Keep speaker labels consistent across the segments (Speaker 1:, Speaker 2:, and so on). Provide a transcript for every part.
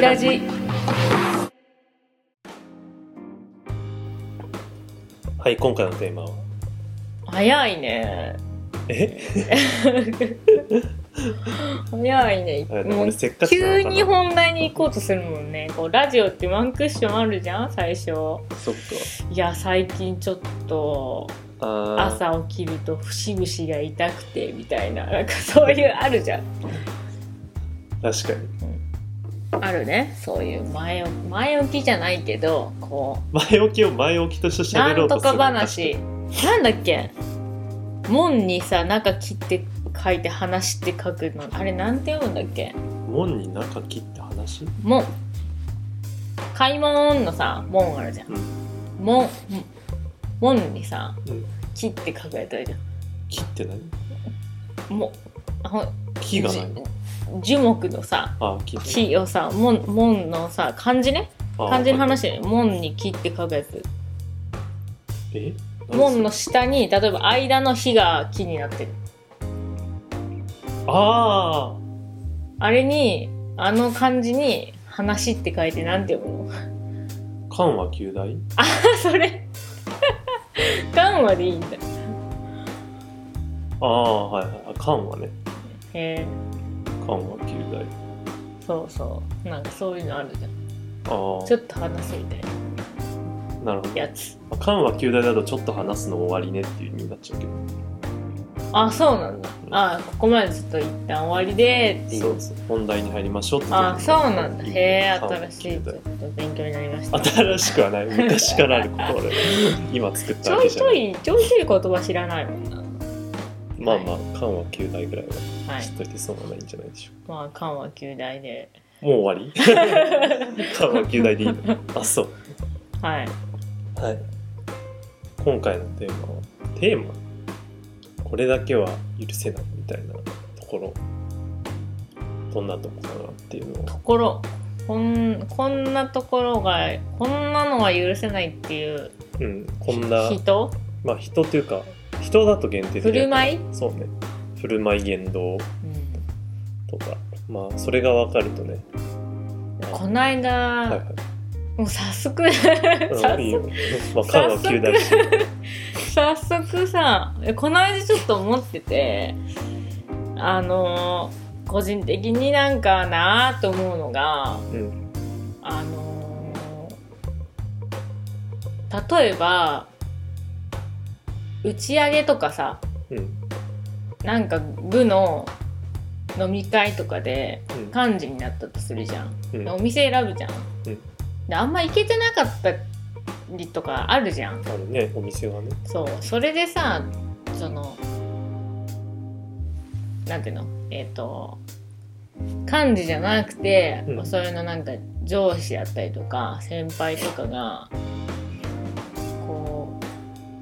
Speaker 1: ラジ
Speaker 2: はい今回のテーマは
Speaker 1: 早いね
Speaker 2: え
Speaker 1: 早いね
Speaker 2: あれ
Speaker 1: も
Speaker 2: 俺
Speaker 1: う
Speaker 2: せっかちなの
Speaker 1: 急
Speaker 2: かな
Speaker 1: に本題に行こうとするもんねこうラジオってワンクッションあるじゃん最初
Speaker 2: そっ
Speaker 1: いや最近ちょっと
Speaker 2: かあー
Speaker 1: 朝起きると節々が痛くてみたいななんかそういうあるじゃん
Speaker 2: 確かに
Speaker 1: あるねそういう前置前置きじゃないけどこ
Speaker 2: 前置きを前置きとして
Speaker 1: うな
Speaker 2: 喋ろ
Speaker 1: ん
Speaker 2: うと
Speaker 1: と
Speaker 2: する
Speaker 1: か話なんだっけ門にさ中切って書いて話って書くのあれなんて読むんだっけ
Speaker 2: 門に中切って話
Speaker 1: 門買い物のさ門あるじゃん、
Speaker 2: うん
Speaker 1: 門門にさ、
Speaker 2: うん
Speaker 1: 切って書くやつあるじゃ
Speaker 2: 切って何
Speaker 1: んもあほん
Speaker 2: 木がないの
Speaker 1: 樹樹木のさ
Speaker 2: あー木
Speaker 1: 木をさ門門のさ漢字ね
Speaker 2: あー
Speaker 1: 漢字の話ね門に切って書くやつ
Speaker 2: え
Speaker 1: 門の下に例えば間の火が木になってる
Speaker 2: あ
Speaker 1: あれにあの漢字に「話」って書いてなんて読むの
Speaker 2: あ漢は九大
Speaker 1: それ 漢和でいいんだへ
Speaker 2: ああはいはいあ漢はね
Speaker 1: え
Speaker 2: 漢は九大
Speaker 1: そうそうなんかそういうのあるじゃん
Speaker 2: あ
Speaker 1: ちょっと話すみたいな
Speaker 2: あなるほど
Speaker 1: やつ
Speaker 2: まあ漢は九大だとちょっと話すの終わりねっていう意味になっちゃうけど
Speaker 1: あそうなんだあここまでちょっと一旦終わりでってい
Speaker 2: そううそう本題に入りましょうっていう
Speaker 1: あそうなんだへえ
Speaker 2: 漢和
Speaker 1: 新しい
Speaker 2: 九
Speaker 1: ちょ
Speaker 2: 大
Speaker 1: っと勉強になりました
Speaker 2: 新しく はない昔からあること俺今作っ
Speaker 1: ち
Speaker 2: たわ
Speaker 1: ょ
Speaker 2: け
Speaker 1: い
Speaker 2: じ
Speaker 1: ち
Speaker 2: ゃ
Speaker 1: ょ
Speaker 2: ない
Speaker 1: いちょいちょい言葉知らないもんな
Speaker 2: まあまあ漢は9代ぐらいは
Speaker 1: はい
Speaker 2: 知っといて損はないんじゃないでしょう
Speaker 1: まあ漢和九大で
Speaker 2: かもう 終わり漢は9代でいいのあそう
Speaker 1: はい
Speaker 2: はい今回のテーマはテーマこれだけは許せないみたいなところどんなとこかなっていうのを
Speaker 1: ところこんこんなところがこんなのは許せないっていう
Speaker 2: うんこんな
Speaker 1: 人
Speaker 2: まあ人というか人だと限定的
Speaker 1: 振
Speaker 2: だけど
Speaker 1: る舞い、
Speaker 2: そうね振る舞い言動とかまあそれが分かるとね
Speaker 1: こないだ、
Speaker 2: はいはい
Speaker 1: もう早速
Speaker 2: うん
Speaker 1: 早
Speaker 2: いい
Speaker 1: 速
Speaker 2: よ。まあ、缶は9代し。
Speaker 1: 早速さえこの間ちょっと思っててあのー個人的になんかなーと思うのが
Speaker 2: うん。
Speaker 1: あのー例えば打ち上げとかさ
Speaker 2: うん。うん。
Speaker 1: なんか部の飲み会とかで幹事になったとするじゃん、
Speaker 2: うん。
Speaker 1: お
Speaker 2: あ
Speaker 1: 店選ぶじゃん、
Speaker 2: うん
Speaker 1: であんま行けてなかったりとかあるじゃん
Speaker 2: るね、お店がね。
Speaker 1: そうそれでさそのなんていうのえっ、と幹事じゃなくて、
Speaker 2: うん
Speaker 1: まあそういうのなんか上司やったりとか先輩とかがこ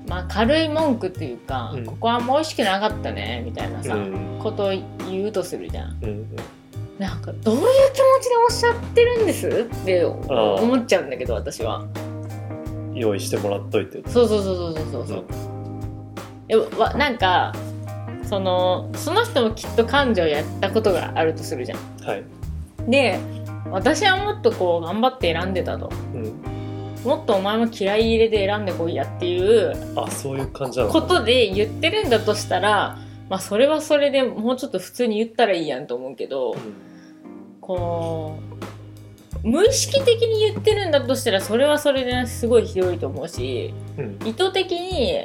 Speaker 1: うまあ軽い文句というか、
Speaker 2: うん
Speaker 1: ここはもう美味しくなかったねみたいな
Speaker 2: う
Speaker 1: さ、
Speaker 2: ん。
Speaker 1: ことを言うとするじゃん。
Speaker 2: うん。
Speaker 1: なんかどういう気持ちでおっしゃってるんですって思っちゃうんだけど私は。
Speaker 2: 用意してもらっといて。
Speaker 1: そうそうそうそうそうそう。でわなんかそのその人もきっと感情やったことがあるとするじゃん。
Speaker 2: はい。
Speaker 1: で私はもっとこう頑張って選んでたと。
Speaker 2: うん。
Speaker 1: もっとお前も気合い入れで選んでこいやっていう
Speaker 2: あ、そういう感じなの。
Speaker 1: ことで言ってるんだとしたら、まあ、それはそれでもうちょっと普通に言ったらいいやんと思うけど。
Speaker 2: うん
Speaker 1: こう無意識的に言ってるんだとしたらそれはそれですごいひどいと思うし
Speaker 2: うん。
Speaker 1: 意図的に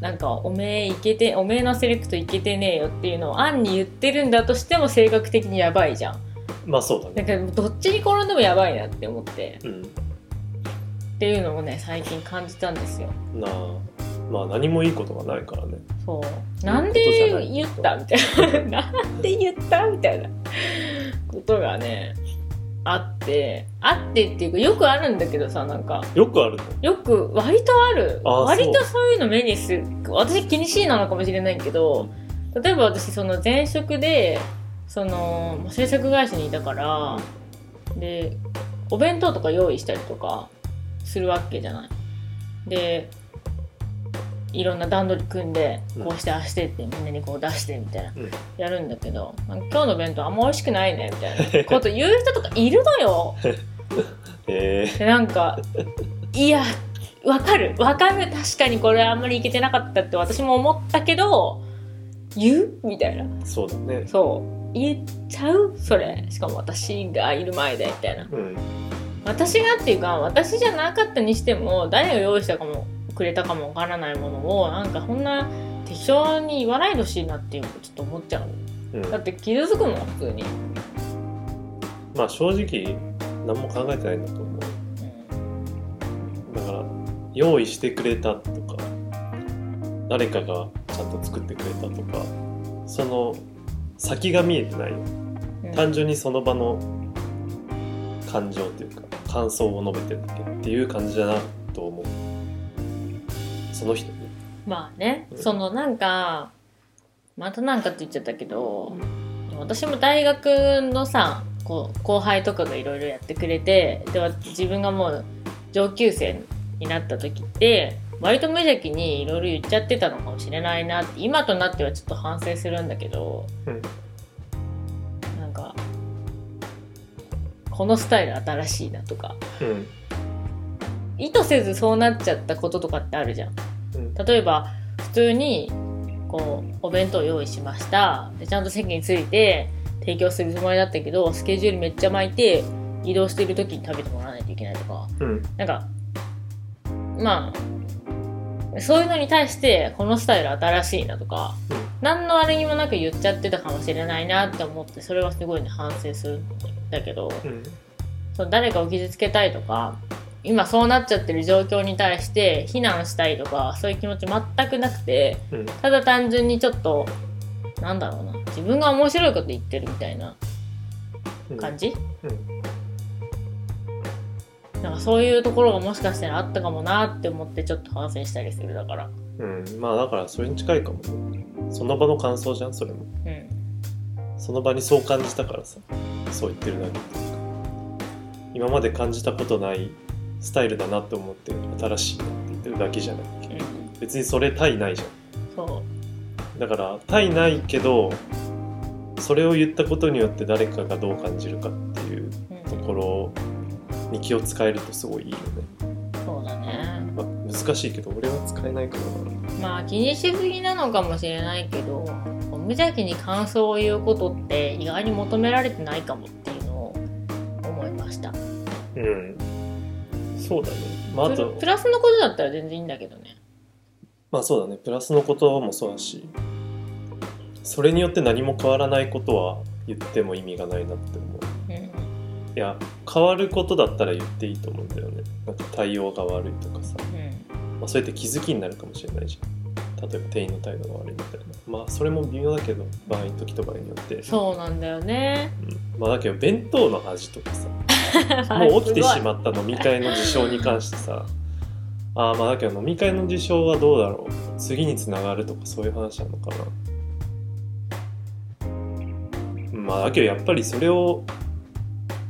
Speaker 1: なんかおめえいけておめえのセレクトいけてねえよっていうのを暗に言ってるんだとしても性格的にやばいじゃん
Speaker 2: まあ、そうだ
Speaker 1: だ
Speaker 2: ね。
Speaker 1: からどっちに転んでもやばいなって思って
Speaker 2: うん。
Speaker 1: っていうのをね最近感じたんですよ
Speaker 2: なあ。まあ、何もいいことがないからね。
Speaker 1: そうなんで言ったみたい ななんで言ったみたいなことがねあってあってっていうかよくあるんだけどさなんか
Speaker 2: よくあるの。
Speaker 1: よく割とある
Speaker 2: あー
Speaker 1: 割とそういうの目にする私気にしいなのかもしれないけど例えば私その前職でそのまあ制作会社にいたからでお弁当とか用意したりとかするわけじゃないでいろんな段取り組んで
Speaker 2: うん
Speaker 1: こうしてああしてってみんなにこう出してみたいな、
Speaker 2: うん
Speaker 1: やるんだけど「なんか今日の弁当あんま美味しくないね」みたいなこと言う人とかいるのよ
Speaker 2: え
Speaker 1: でなんか「いやわかるわかる確かにこれあんまりいけてなかった」って私も思ったけど言うみたいな
Speaker 2: ー、そうだね。
Speaker 1: そう言っちゃうそれしかも私がいる前でみたいな
Speaker 2: うん。
Speaker 1: 私がっていうか私じゃなかったにしても誰が用意したかもくれたかもわからないものをなんかこんな適当に言わないでほしいなっていうのちょっと思っちゃう
Speaker 2: うん
Speaker 1: だって傷つくもん普通に、
Speaker 2: まあ正直、何も考えてないんだと思う。だから、用意してくれたとか、誰かがちゃんと作ってくれたとか、その先が見えてないよ。
Speaker 1: うん
Speaker 2: 単純にその場の感情というか感想を述べてるだけっていう感じだなと思うその人ね
Speaker 1: まあね
Speaker 2: うん
Speaker 1: そのなんかまたなんかって言っちゃったけど私も大学のさこう後輩とかがいろいろやってくれてでわ自分がもう上級生になった時って割と無邪気にいろいろ言っちゃってたのかもしれないなって今となってはちょっと反省するんだけど、
Speaker 2: うん
Speaker 1: なんかこのスタイル新しいなとか
Speaker 2: うん
Speaker 1: 意図せずそうなっちゃったこととかってあるじゃん。
Speaker 2: うん
Speaker 1: 例えば普通にこうお弁当用意しましたでちゃんと席について提供するつもりだったけどスケジュールめっちゃ巻いて移動している時に食べてもらわないといけないとか
Speaker 2: うん
Speaker 1: なんかまあそういうのに対してこのスタイル新しいなとか、
Speaker 2: うん
Speaker 1: 何のあれにもなく言っちゃってたかもしれないなって思ってそれはすごいね反省するんだけど
Speaker 2: うん
Speaker 1: その誰かを傷つけたいとか今そうなっちゃってる状況に対して非難したいとかそういう気持ち全くなくて
Speaker 2: うん
Speaker 1: ただ単純にちょっとなんだろうな自分が面白いこと言ってるみたいな
Speaker 2: うん
Speaker 1: 感じ、
Speaker 2: うん
Speaker 1: なんかそういうところがもしかしたらあったかもなって思ってちょっと反省したりするだから
Speaker 2: うんまあだからそれに近いかもねその場の感想じゃんそれも
Speaker 1: うん
Speaker 2: その場にそう感じたからさそう言ってるだけっていうか今まで感じたことないスタイルだなって思って新しいなって言ってるだけじゃない
Speaker 1: うん
Speaker 2: 別にそれ対ないじゃん
Speaker 1: そ
Speaker 2: だから対ないけどそれを言ったことによって誰かがどう感じるかっていう
Speaker 1: う、うん
Speaker 2: と、ころに気を使えるとすごいいいよね、
Speaker 1: そうだね
Speaker 2: まあ、難しいけど俺は使えないから
Speaker 1: まあ気にしすぎなのかもしれないけど無邪気に感想を言うことって意外に求められてないかもっていうのを思いました
Speaker 2: なうんそうだねまああ
Speaker 1: プラ
Speaker 2: と
Speaker 1: プラスのことだったら全然いいんだけどね
Speaker 2: まあそうだねプラスのこともそうだしそれによって何も変わらないことは言っても意味がないなって思う
Speaker 1: うん
Speaker 2: いや変わることだったら言っていいと思うんだよねなんか対応が悪いとかさ
Speaker 1: うん
Speaker 2: まあ、そうやって気づきになるかもしれないじゃん例えば店員の態度が悪いみたいなまあそれも微妙だけど場合時とかによって
Speaker 1: そうなんだよ ね
Speaker 2: うん、まあだけど弁当の味とかさも
Speaker 1: も
Speaker 2: う起きてしまった飲み会の事象に関してさあーまあだけど飲み会の事象はどうだろう次につながるとかそういう話なのかなうんまあだけどやっぱりそれを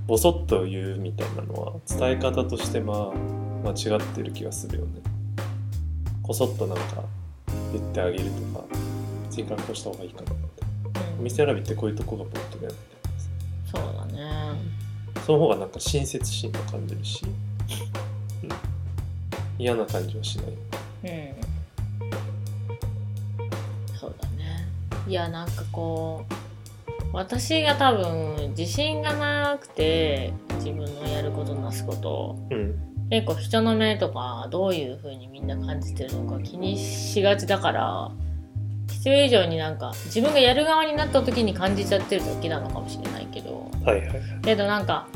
Speaker 2: ボソッと言うみたいなのは伝え方としてまあ間違ってる気がするよねこそっとなんか言ってあげるとか追加こうした方がいいかなってお店選びってこういうとこがポイントだよね
Speaker 1: そうだね
Speaker 2: その方がなんか親切心も感じるし、うん、嫌な感じはしない。
Speaker 1: うんそうだねいやなんかこう私が多分自信がなくて自分のやることなすこと
Speaker 2: うん、
Speaker 1: 結構人の目とかどういう風にみんな感じてるのか気にしがちだから必要以上になんか自分がやる側になった時に感じちゃってるだけなのかもしれないけど
Speaker 2: はいはいはい。
Speaker 1: けどなんか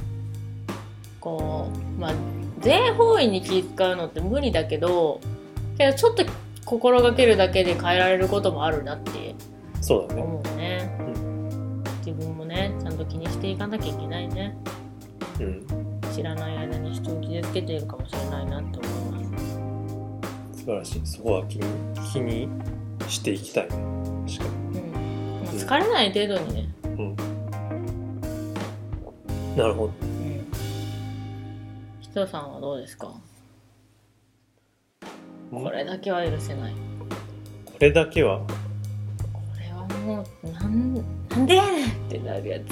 Speaker 1: こうまあ全方位に気使うのって無理だけどけどちょっと心がけるだけで変えられることもあるなって
Speaker 2: そうだね。
Speaker 1: 思うね
Speaker 2: う
Speaker 1: 自分もねちゃんと気にしていかなきゃいけないね
Speaker 2: うん、
Speaker 1: 知らない間に人を傷つけているかもしれないなって思います
Speaker 2: 素晴らしい。そこは気に気にしていきたい。確
Speaker 1: う
Speaker 2: か
Speaker 1: んまあ、疲れない程度にね、
Speaker 2: に。うん。なる
Speaker 1: う
Speaker 2: ほど。
Speaker 1: ん、ひとさんはどうですかこれだけは許せない、
Speaker 2: うこれだけは
Speaker 1: これはもうなんなんでやねんってなるやつ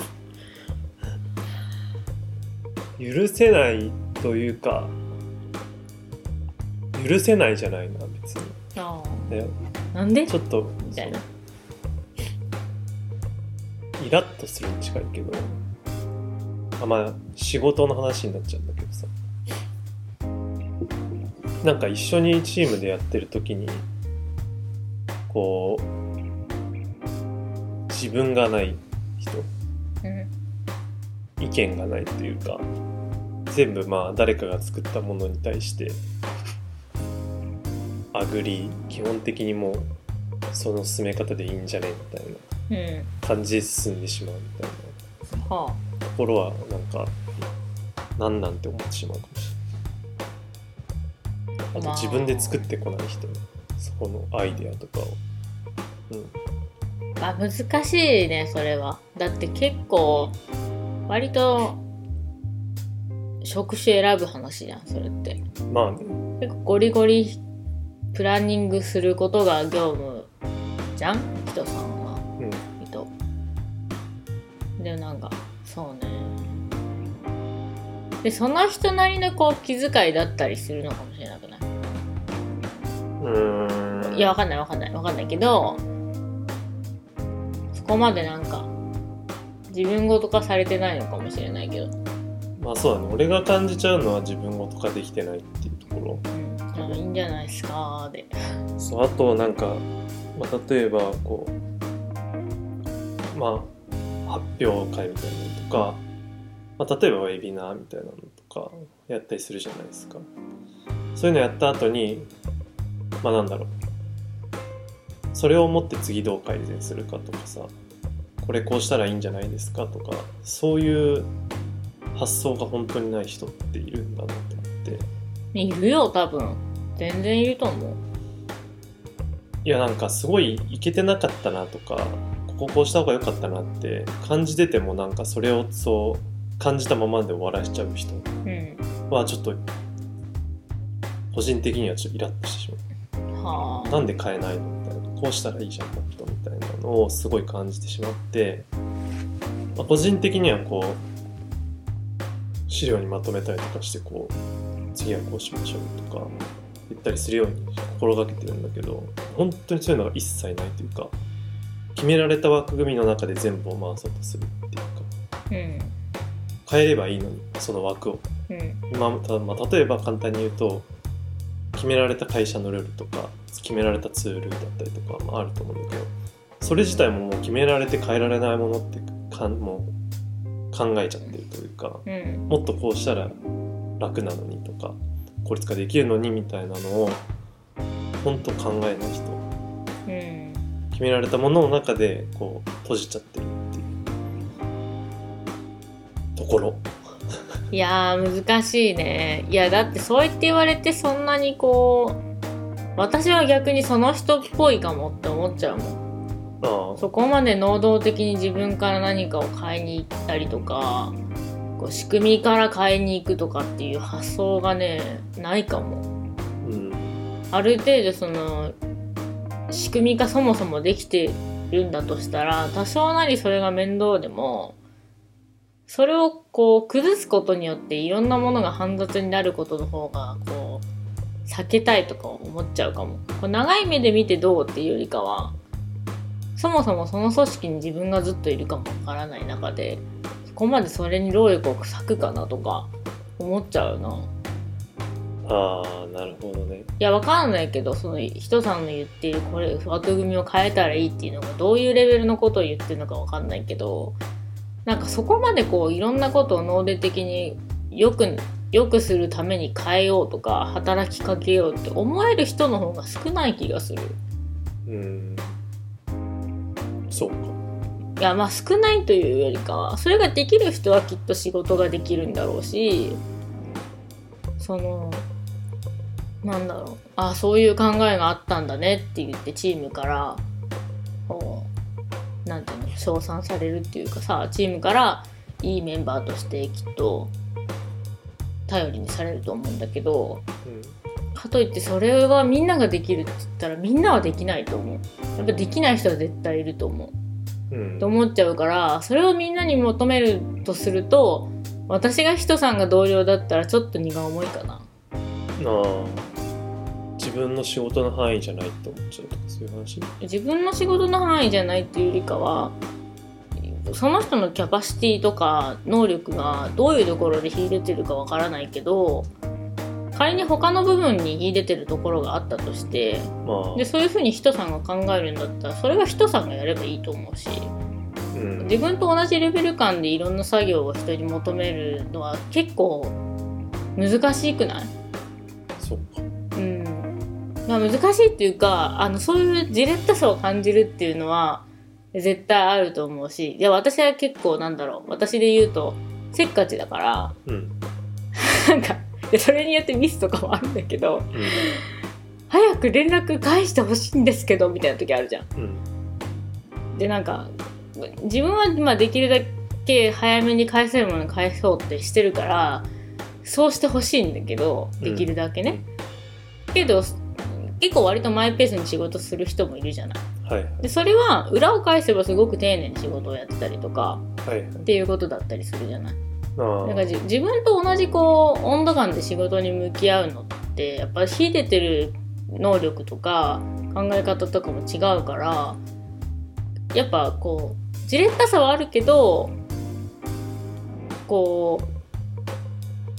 Speaker 2: 許せないというか許せないじゃないな別に
Speaker 1: あ
Speaker 2: で
Speaker 1: あなんで
Speaker 2: ちょっと
Speaker 1: みたいな
Speaker 2: イラッとするに近いけどあまあ仕事の話になっちゃうんだけどさなんか一緒にチームでやってる時にこう自分がない人
Speaker 1: うん
Speaker 2: 意見がないというか全部まあ誰かが作ったものに対してアグリー基本的にもうその進め方でいいんじゃねみたいな
Speaker 1: うん
Speaker 2: 感じで進んでしまうみたいな
Speaker 1: はあ
Speaker 2: ところはなんかなんなんて思ってしまうかもしれないあと
Speaker 1: まあ
Speaker 2: 自分で作ってこない人そこのアイデアとかを、うん、
Speaker 1: あ難しいねそれはだって結構割と職種選ぶ話じゃんそれって
Speaker 2: まあね
Speaker 1: 結構ゴリゴリプランニングすることが業務じゃん人さんは
Speaker 2: うん
Speaker 1: きっとでなんかそうねでその人なりのこう気遣いだったりするのかもしれなくないう
Speaker 2: ーん
Speaker 1: いや、わかんないわかんないわかんないけど、そこまでなんか、自分ごと化されてないのかもしれないけど、
Speaker 2: まあそうだね俺が感じちゃうのは自分ごとかできてないっていうところ
Speaker 1: うん、まあいいんじゃないですかーで。
Speaker 2: そうあとなんか、まあ、例えばこうまあ発表会みたいなのとか、まあ、例えばウェビナーみたいなのとかやったりするじゃないですかそういうのやった後にまあなんだろうそれをもって次どう改善するかとかさこれこうしたらいいんじゃないですかとかそういう発想が本当にない人っているんだなと思って
Speaker 1: いるよ、多分。全然いると思う。
Speaker 2: いやなんかすごいいけてなかったなとかこここうした方が良かったなって感じててもなんかそれをそう感じたままで終わらしちゃう人
Speaker 1: うん。
Speaker 2: はちょっと個人的にはちょっとイラッとしてしま
Speaker 1: は
Speaker 2: うなんで変えないのみたいなこうしたらいいじゃんもっとみたいなのをすごい感じてしまって、まあ個人的にはこう資料にまとめたりとかしてこう次はこうしましょうとか言ったりするように心がけてるんだけど本当にそういうのが一切ないというか決められた枠組みの中で全部を回そうとするっていうか
Speaker 1: あ。うん。
Speaker 2: 変えればいいのにその枠を
Speaker 1: うん。
Speaker 2: まあたまあ、例えば簡単に言うと決められた会社のルールとか決められたツールだったりとか、まあ、あると思うんだけどそれ自体ももう決められて変えられないものってかんもう考えちゃってるというか
Speaker 1: うん。
Speaker 2: もっとこうしたら楽なのにとか効率化できるのにみたいなのを本当考えない人
Speaker 1: うん。
Speaker 2: 決められたものの中でこう閉じちゃってるっていうところ。
Speaker 1: いやー、難しいね。いや、だってそう言って言われてそんなにこう、私は逆にその人っぽいかもって思っちゃうもん。
Speaker 2: あ
Speaker 1: そこまで能動的に自分から何かを買いに行ったりとか、こう仕組みから買いに行くとかっていう発想がね、ないかも。
Speaker 2: あうん
Speaker 1: ある程度その、仕組みがそもそもできてるんだとしたら、多少なりそれが面倒でも、それをこう崩すことによっていろんなものが煩雑になることの方が、こう、避けたいとか思っちゃうかも。こう長い目で見てどうっていうよりかは、そもそもその組織に自分がずっといるかもわからない中でそこまでそれに労力を割くかなとか思っちゃうな。
Speaker 2: ああなるほどね。
Speaker 1: いやわかんないけどその人さんの言っているこれ枠組みを変えたらいいっていうのがどういうレベルのことを言ってるのかわかんないけどなんかそこまでこういろんなことを能動的によくよくするために変えようとか働きかけようって思える人の方が少ない気がする。
Speaker 2: うんそうか
Speaker 1: いやまあ少ないというよりかはそれができる人はきっと仕事ができるんだろうしそのなんだろうあそういう考えがあったんだねって言ってチームからこうなんていうの称賛されるっていうかさチームからいいメンバーとしてきっと頼りにされると思うんだけどかといってそれはみんなができるって言ったらみんなはできないと思うやっぱできない人は絶対いると思う
Speaker 2: うん
Speaker 1: と思っちゃうからそれをみんなに求めるとすると私が人さんが同僚だったらちょっと荷が重いかな
Speaker 2: ああ自分の仕事の範囲じゃないって思っちゃうとかそういう話
Speaker 1: 自分の仕事の範囲じゃないっていうよりかはその人のキャパシティとか能力がどういうところで秀でてるかわからないけど仮に他の部分に秀でてるところがあったとして
Speaker 2: まあ
Speaker 1: でそういうふうに人さんが考えるんだったらそれは人さんがやればいいと思うし
Speaker 2: うん
Speaker 1: 自分と同じレベル感でいろんな作業を人に求めるのは結構難しくない
Speaker 2: そっか
Speaker 1: うんまあ、難しいっていうかあのそういうじれったさを感じるっていうのは絶対あると思うしいや私は結構なんだろう私で言うとせっかちだから
Speaker 2: うん
Speaker 1: なんかでそれによってミスとかもあるんだけど
Speaker 2: う
Speaker 1: 早く連絡返してほしいんですけどみたいな時あるじゃん。
Speaker 2: んうん
Speaker 1: でなんか自分はまあできるだけ早めに返せるものに返そうってしてるからそうしてほしいんだけど
Speaker 2: うん
Speaker 1: できるだけね、けど結構割とマイペースに仕事する人もいるじゃない
Speaker 2: はいはい
Speaker 1: でそれは裏を返せばすごく丁寧に仕事をやってたりとか
Speaker 2: はいはい
Speaker 1: っていうことだったりするじゃない
Speaker 2: ああ
Speaker 1: なんかじ自分と同じこう温度感で仕事に向き合うのってやっぱり秀でてる能力とか考え方とかも違うからやっぱこうじれったさはあるけどこ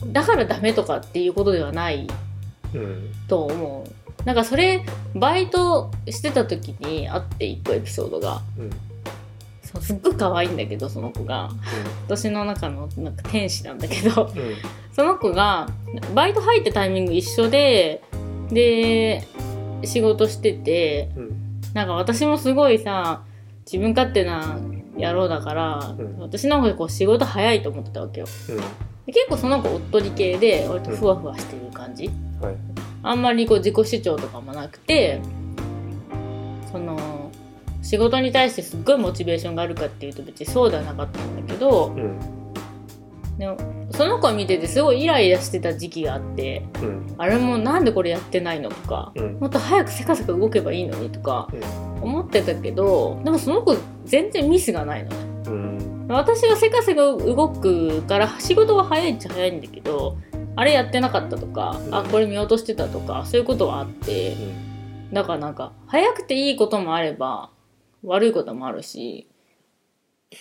Speaker 1: うだからダメとかっていうことではない
Speaker 2: うん
Speaker 1: と思う。なんかそれバイトしてた時にあって一個エピソードが
Speaker 2: うん
Speaker 1: そうすっごい可愛いんだけどその子が私の中のなんか天使なんだけど
Speaker 2: うんうん
Speaker 1: その子がバイト入ったタイミング一緒でで仕事してて
Speaker 2: うん
Speaker 1: なんか私もすごいさ自分勝手な野郎だから、
Speaker 2: うん
Speaker 1: 私の方がこう仕事早いと思ってたわけよで結構その子おっとり系で割とふわふわしてる感じ、
Speaker 2: うんはい
Speaker 1: あんまりこう自己主張とかもなくてその仕事に対してすっごいモチベーションがあるかっていうと別にそうではなかったんだけど、
Speaker 2: うん
Speaker 1: でもその子を見ててすごいイライラしてた時期があって
Speaker 2: うん
Speaker 1: あれもなんでこれやってないのとか
Speaker 2: うん
Speaker 1: もっと早くせかせか動けばいいのにとか
Speaker 2: うん
Speaker 1: 思ってたけどでもその子全然ミスがないのね
Speaker 2: うん
Speaker 1: 私はせかせか動くから仕事は早いっちゃ早いんだけどあれやってなかったとか、
Speaker 2: うん
Speaker 1: あこれ見落としてたとかそういうことはあって
Speaker 2: うん
Speaker 1: だからなんか早くていいこともあれば悪いこともあるし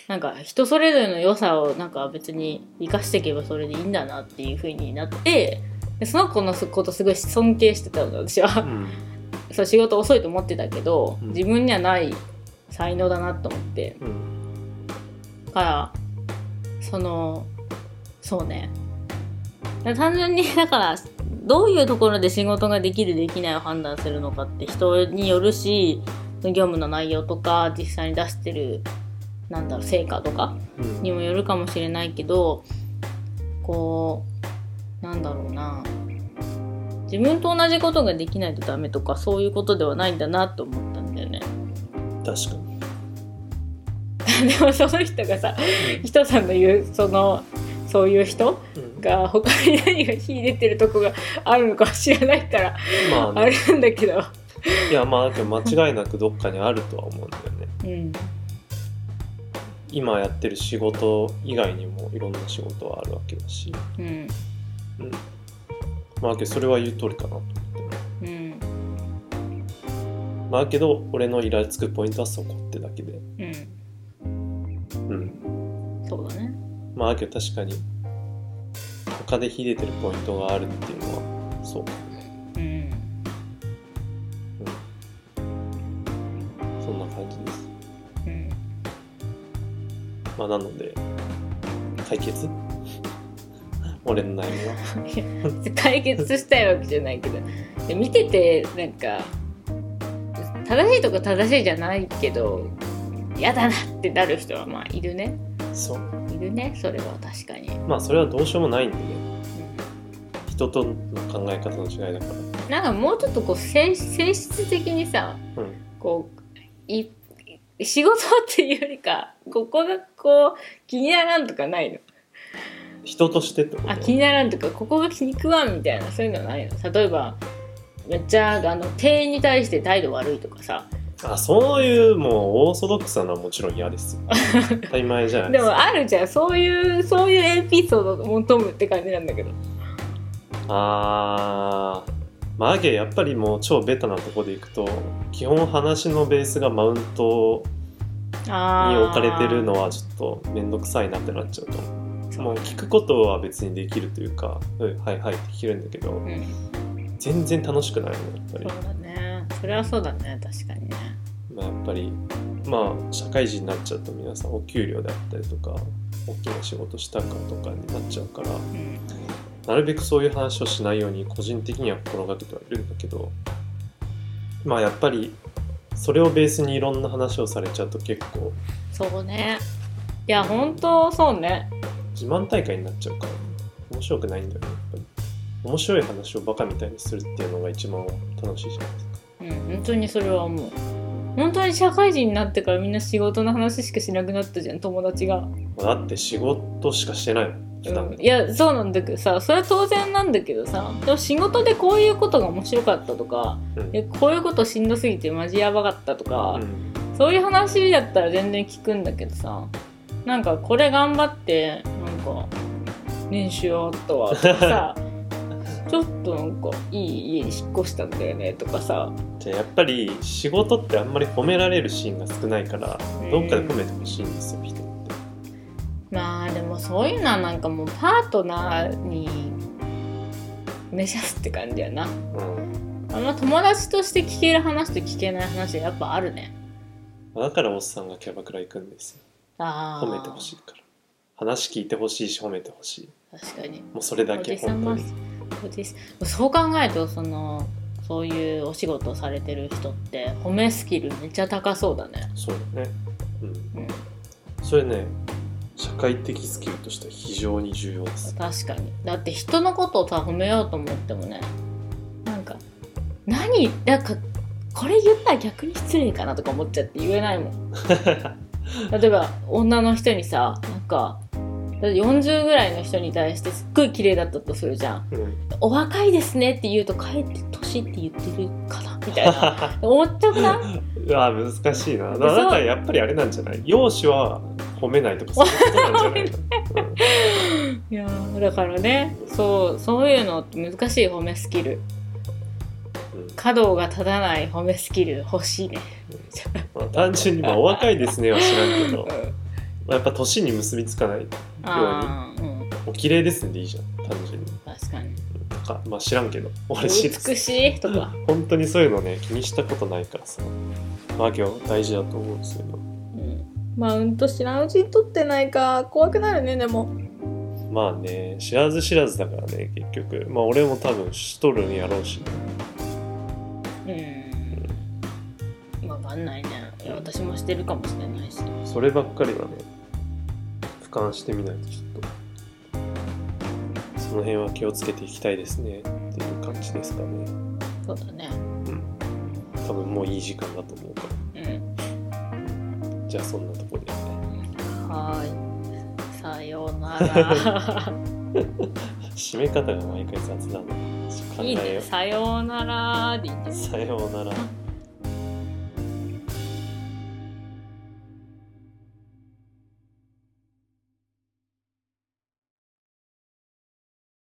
Speaker 1: なんか人それぞれの良さをなんか別に生かしていけばそれでいいんだなっていう風になってでその子のことすごい尊敬してたの私はそう仕事遅いと思ってたけど
Speaker 2: うん
Speaker 1: 自分にはない才能だなと思って
Speaker 2: うんうん
Speaker 1: だからそのそうね単純にだからどういうところで仕事ができるできないを判断するのかって人によるし業務の内容とか実際に出してるなんだろう成果とか
Speaker 2: うん
Speaker 1: にもよるかもしれないけどこうなんだろうな自分と同じことができないとダメとかそういうことではないんだなと思ったんだよね。
Speaker 2: 確かに
Speaker 1: でもその人がさ人さんの言うそのそういう人
Speaker 2: うん
Speaker 1: が他に何が秀でてるとこがあるのかは知らないから
Speaker 2: まあ
Speaker 1: あれ
Speaker 2: ね
Speaker 1: なんだけど、
Speaker 2: いやまあだけど間違いなくどっかにあるとは思うんだよね
Speaker 1: うん、
Speaker 2: 今やってる仕事以外にもいろんな仕事はあるわけだし
Speaker 1: うん、
Speaker 2: まあだけどそれは言う通りかなと思って
Speaker 1: うん、
Speaker 2: まあだけど俺のイラつくポイントはそこってだけで
Speaker 1: うん、
Speaker 2: うん
Speaker 1: そうだね。
Speaker 2: まあだけど確かに他で秀でてるポイントがあるっていうのはそうか
Speaker 1: うん、
Speaker 2: うんそんな感じです
Speaker 1: うん、
Speaker 2: まあなので解決 俺の悩みは
Speaker 1: 解決したいわけじゃないけど、で見ててなんか正しいとか正しいじゃないけど嫌だなってなる人はまあいるね、
Speaker 2: そう
Speaker 1: いるね。それは確かに。
Speaker 2: まあそれはどうしようもないんでね人との考え方の違いだから
Speaker 1: うんなんかもうちょっとこう性性質的にさ。
Speaker 2: うん
Speaker 1: こうい仕事っていうよりかここがこう気にならんとかないの
Speaker 2: 人としてってこと
Speaker 1: あ気にならんとかここが気に食わんみたいなそういうのないの例えばめっちゃあの店員に対して態度悪いとかさ
Speaker 2: あそういうもうオーソドックスなのはもちろん嫌ですよ当たり前じゃない
Speaker 1: で
Speaker 2: です
Speaker 1: も
Speaker 2: か
Speaker 1: あるじゃんそういうそういうエピソードを求むって感じなんだけど
Speaker 2: あーまあだけどやっぱりもう超ベタなとこでいくと基本話のベースがマウントに置かれてるのはちょっと面倒くさいなってなっちゃうと思うもう聞くことは別にできるというか「うんはいはい」って聞けるんだけど
Speaker 1: うん
Speaker 2: 全然楽しくないのやっぱり
Speaker 1: そうだねそれはそうだね確かにね
Speaker 2: まあ、やっぱりまあ社会人になっちゃうと皆さんお給料であったりとか大きな仕事したかとかになっちゃうから
Speaker 1: うん
Speaker 2: なるべくそういう話をしないように個人的には心がけてはいるんだけどまあやっぱりそれをベースにいろんな話をされちゃうと結構
Speaker 1: そうねいや本当そうね
Speaker 2: 自慢大会になっちゃうから面白くないんだよねやっぱり面白い話をバカみたいにするっていうのが一番楽しいじゃないですか
Speaker 1: うん本当にそれは思う本当に社会人になってからみんな仕事の話しかしなくなったじゃん友達が、
Speaker 2: まあだって仕事しかしてないもん普段、
Speaker 1: うんいやそうなんだけどさそれは当然なんだけどさでも仕事でこういうことが面白かったとか
Speaker 2: うん
Speaker 1: でこういうことしんどすぎてマジやばかったとか
Speaker 2: う、ん
Speaker 1: そういう話だったら全然聞くんだけどさなんかこれ頑張ってなんか練習あったわとか さちょっとなんかいい家に引っ越したんだよねとかさ
Speaker 2: じゃあやっぱり仕事ってあんまり褒められるシーンが少ないから
Speaker 1: うん
Speaker 2: どっかで褒めてほしいんですよ人って
Speaker 1: まあでもそういうのはなんかもうパートナーに目指すって感じやな
Speaker 2: うん
Speaker 1: あんま友達として聞ける話と聞けない話やっぱあるね
Speaker 2: だからおっさんがキャバクラ行くんですよ
Speaker 1: ああ
Speaker 2: 褒めてほしいから話聞いてほしいし褒めてほしい
Speaker 1: 確かに
Speaker 2: もうそれだ
Speaker 1: お
Speaker 2: け
Speaker 1: じさん
Speaker 2: 本当
Speaker 1: は
Speaker 2: に
Speaker 1: おじさんそう考えるとそのそういうお仕事をされてる人って褒めスキルめっちゃ高そうだね、
Speaker 2: そうだねうん
Speaker 1: うん、
Speaker 2: それね社会的スキルとしては非常に重要です
Speaker 1: 確かにだって人のことをさ褒めようと思ってもねなんか何なんかこれ言ったら逆に失礼かなとか思っちゃって言えないもん例えば女の人にさなんかだって40ぐらいの人に対してすっごい綺麗だったとするじゃん
Speaker 2: うん
Speaker 1: 「お若いですね」って言うとかえって「年」って言ってるかなみたい な思っちゃくないう
Speaker 2: わ難しいな
Speaker 1: そ
Speaker 2: だ
Speaker 1: う
Speaker 2: だからやっぱりあれなんじゃない容姿は褒めないとかそういうことなんじ ゃない
Speaker 1: いやーだからねそうそういうの難しい褒めスキル
Speaker 2: うんうん
Speaker 1: 角が立たない褒めスキル欲しいね、
Speaker 2: まあ単純にまあお若いですねは知らんけど
Speaker 1: うん
Speaker 2: まあやっぱ年に結びつかないよう
Speaker 1: ああ、うん、
Speaker 2: に「お綺麗ですね」でいいじゃん単純に
Speaker 1: 確かに。
Speaker 2: とかまあ知らんけど俺知らん
Speaker 1: 美しいとか。
Speaker 2: 本当にそういうのね気にしたことないからさまあ今日大事だと思うんですけど
Speaker 1: うん、マウント知らんうちに取ってないか、怖くなるね、でも。
Speaker 2: まあね知らず知らずだからね結局まあ俺も多分しとるんやろうし、
Speaker 1: うん。わかんないね。いや、私もしてるかもしれないし。
Speaker 2: そればっかりはね俯瞰してみないとちょっとその辺は気をつけていきたいですねっていう感じですかね
Speaker 1: そうだね。
Speaker 2: 多分もういい時間だと思うか
Speaker 1: うん。
Speaker 2: らじゃあそんなとこで、
Speaker 1: はーい。 さようなら。
Speaker 2: 締め方が毎回雑だな考
Speaker 1: いい
Speaker 2: え
Speaker 1: ね。
Speaker 2: よ
Speaker 1: さようならでいいんだよ
Speaker 2: うさようなら